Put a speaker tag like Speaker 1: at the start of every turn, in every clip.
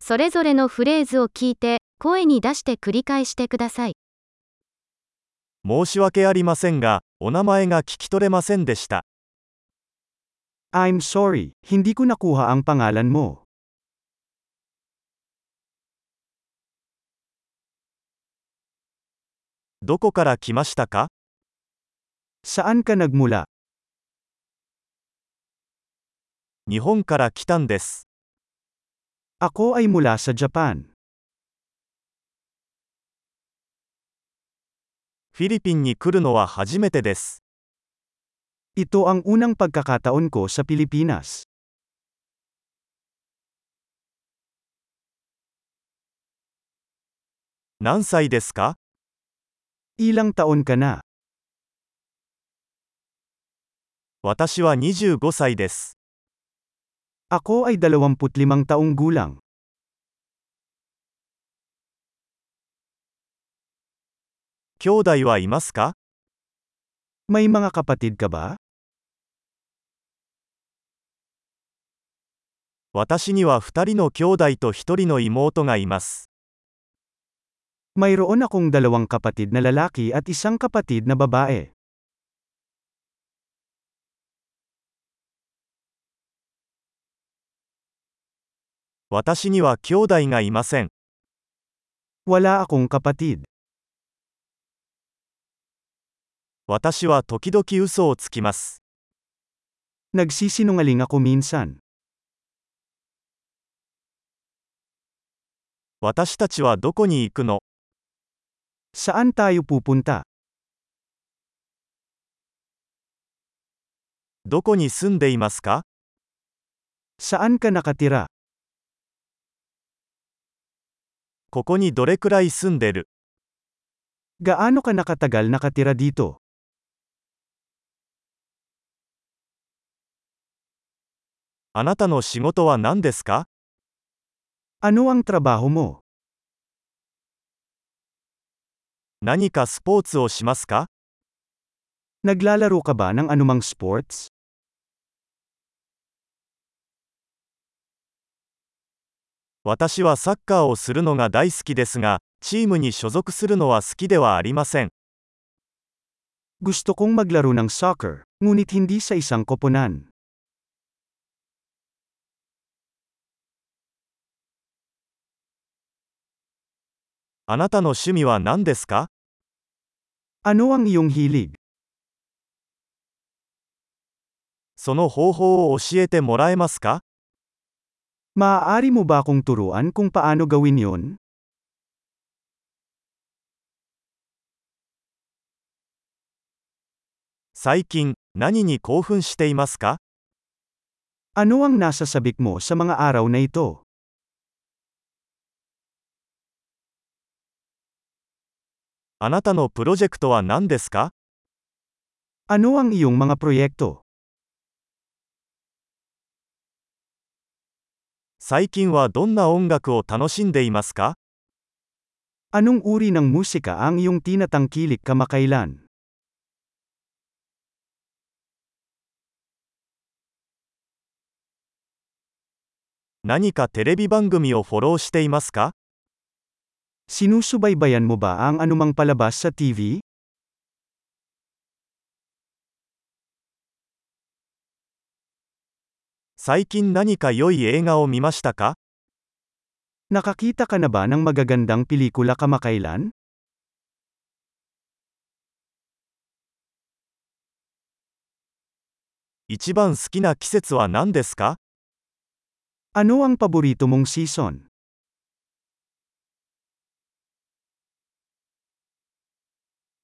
Speaker 1: それぞれのフレーズを聞いて、声に出して繰り返してください。
Speaker 2: 申し訳ありませんが、お名前が聞き取れませんでした。
Speaker 3: I'm sorry, hindi ko nakuha ang pangalan mo.
Speaker 2: どこから来ましたか
Speaker 3: Saan ka nagmula?
Speaker 2: 日本から来たんです。
Speaker 3: Ako ay mula sa Japan.
Speaker 2: フィリピンに来るのは初めてです。
Speaker 3: Ito ang unang pagkakataon ko sa Pilipinas.
Speaker 2: 何歳ですか
Speaker 3: Ilang taon ka na?
Speaker 2: 私は25歳です。
Speaker 3: Ako ay 25 taong gulang.
Speaker 2: 兄弟はいますか
Speaker 3: May mga kapatid ka ba?
Speaker 2: 私には2人の兄弟と1人の妹がいます。
Speaker 3: Mayroon akong dalawang kapatid na lalaki at isang kapatid na babae.
Speaker 2: 私には兄弟がいません。
Speaker 3: Wala akong kapatid.
Speaker 2: 私は時々嘘をつきます。
Speaker 3: Nagsisinungaling ako minsan.
Speaker 2: 私たちはどこに行くの
Speaker 3: Saan tayo pupunta?
Speaker 2: どこに住んでいますか
Speaker 3: Saan ka nakatira?
Speaker 2: ここにどれくらい住んでる
Speaker 3: Gaano ka nakatagal nakatira dito?
Speaker 2: あなたの仕事は何ですか
Speaker 3: Ano ang trabaho mo?
Speaker 2: 何かスポーツをしますか
Speaker 3: Naglalaro ka ba ng anumang sports?
Speaker 2: 私はサッカーをするのが大好きですが、チームに所属するのは好きではありません。
Speaker 3: Gusto kong maglaro ng soccer, ngunit hindi sa isang koponan.
Speaker 2: あなたの趣味は何ですか
Speaker 3: Ano ang iyong hilig?
Speaker 2: その方法を教えてもらえますか
Speaker 3: Maaari mo ba akong turuan kung paano gawin yon?
Speaker 2: 最近、何に興奮していますか
Speaker 3: Ano ang nasa sabik mo sa mga araw na ito?
Speaker 2: あなたのプロジェクトは何ですか
Speaker 3: Ano ang iyong mga proyekto?
Speaker 2: 最近はどんな音楽を楽しんでいますか
Speaker 3: Anong uri ng musika ang iyong tinatangkilik kamakailan?
Speaker 2: 何かテレビ番組をフォローしていますか
Speaker 3: Sinusubaybayan mo ba ang anumang palabas sa TV?
Speaker 2: 最近何か良い映画を見ましたか
Speaker 3: Nakakita ka na ba ng magagandang pelikula kamakailan?
Speaker 2: 一番好きな季節は何ですか
Speaker 3: Ano ang paborito mong season?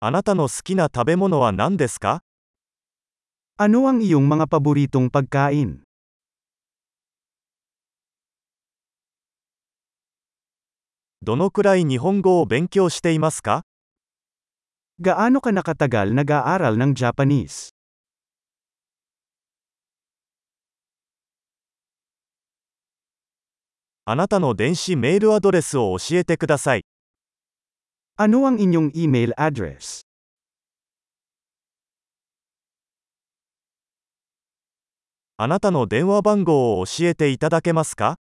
Speaker 2: あなたの好きな食べ物は何ですか
Speaker 3: Ano ang iyong mga paboritong pagkain?
Speaker 2: どのくらい日本語を勉強していますか
Speaker 3: Gaano ka nakatagal nag-aaral ng Japanese?
Speaker 2: あなたの電子メールアドレスを教えてください。
Speaker 3: Ano ang inyong email address?
Speaker 2: あなたの電話番号を教えていただけますか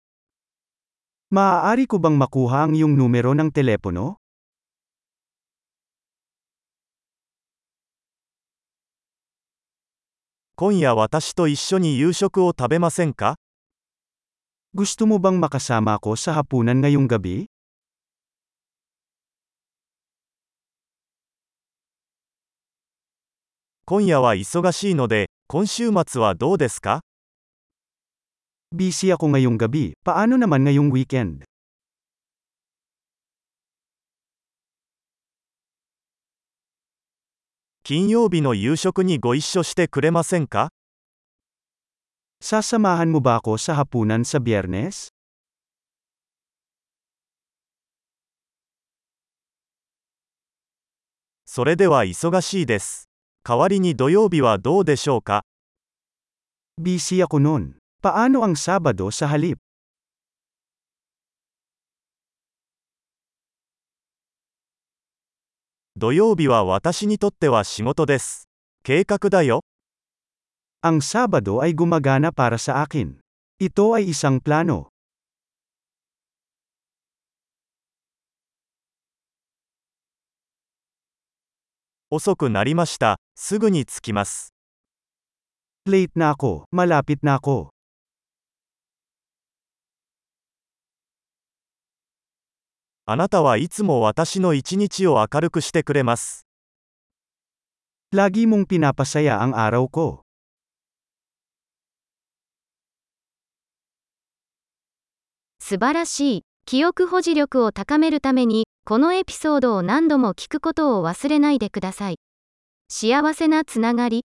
Speaker 3: Maaari ko bang makuha ang iyong numero ng telepono?
Speaker 2: 「今夜私と一緒に夕食を食べませんか
Speaker 3: Gusto mo bang makasama ako sa hapunan ngayong gabi?
Speaker 2: 今夜は忙しいので、今週末はどうですか
Speaker 3: Busy ako ngayong gabi, paano naman ngayong weekend?
Speaker 2: 金曜日の夕食にご一緒してくれませんか
Speaker 3: Sasamahan mo ba ako sa hapunan sa biyernes?
Speaker 2: それでは忙しいです。代わりに土曜日はどうでしょうか
Speaker 3: Busy ako noon. Paano ang Sabado sa halip?
Speaker 2: 土曜日は私にとっては仕事です。計画だよ。
Speaker 3: Ang Sabado ay gumagana para sa akin. Ito ay isang plano.
Speaker 2: 遅くなりました。すぐに着きます。
Speaker 3: Late na ako, malapit na ako.
Speaker 2: あなたはいつも私の一日を明るくしてくれます。
Speaker 3: Lagi mong pinapasaya ang araw ko.
Speaker 1: 素晴らしい。記憶保持力を高めるために、このエピソードを何度も聞くことを忘れないでください。幸せなつながり。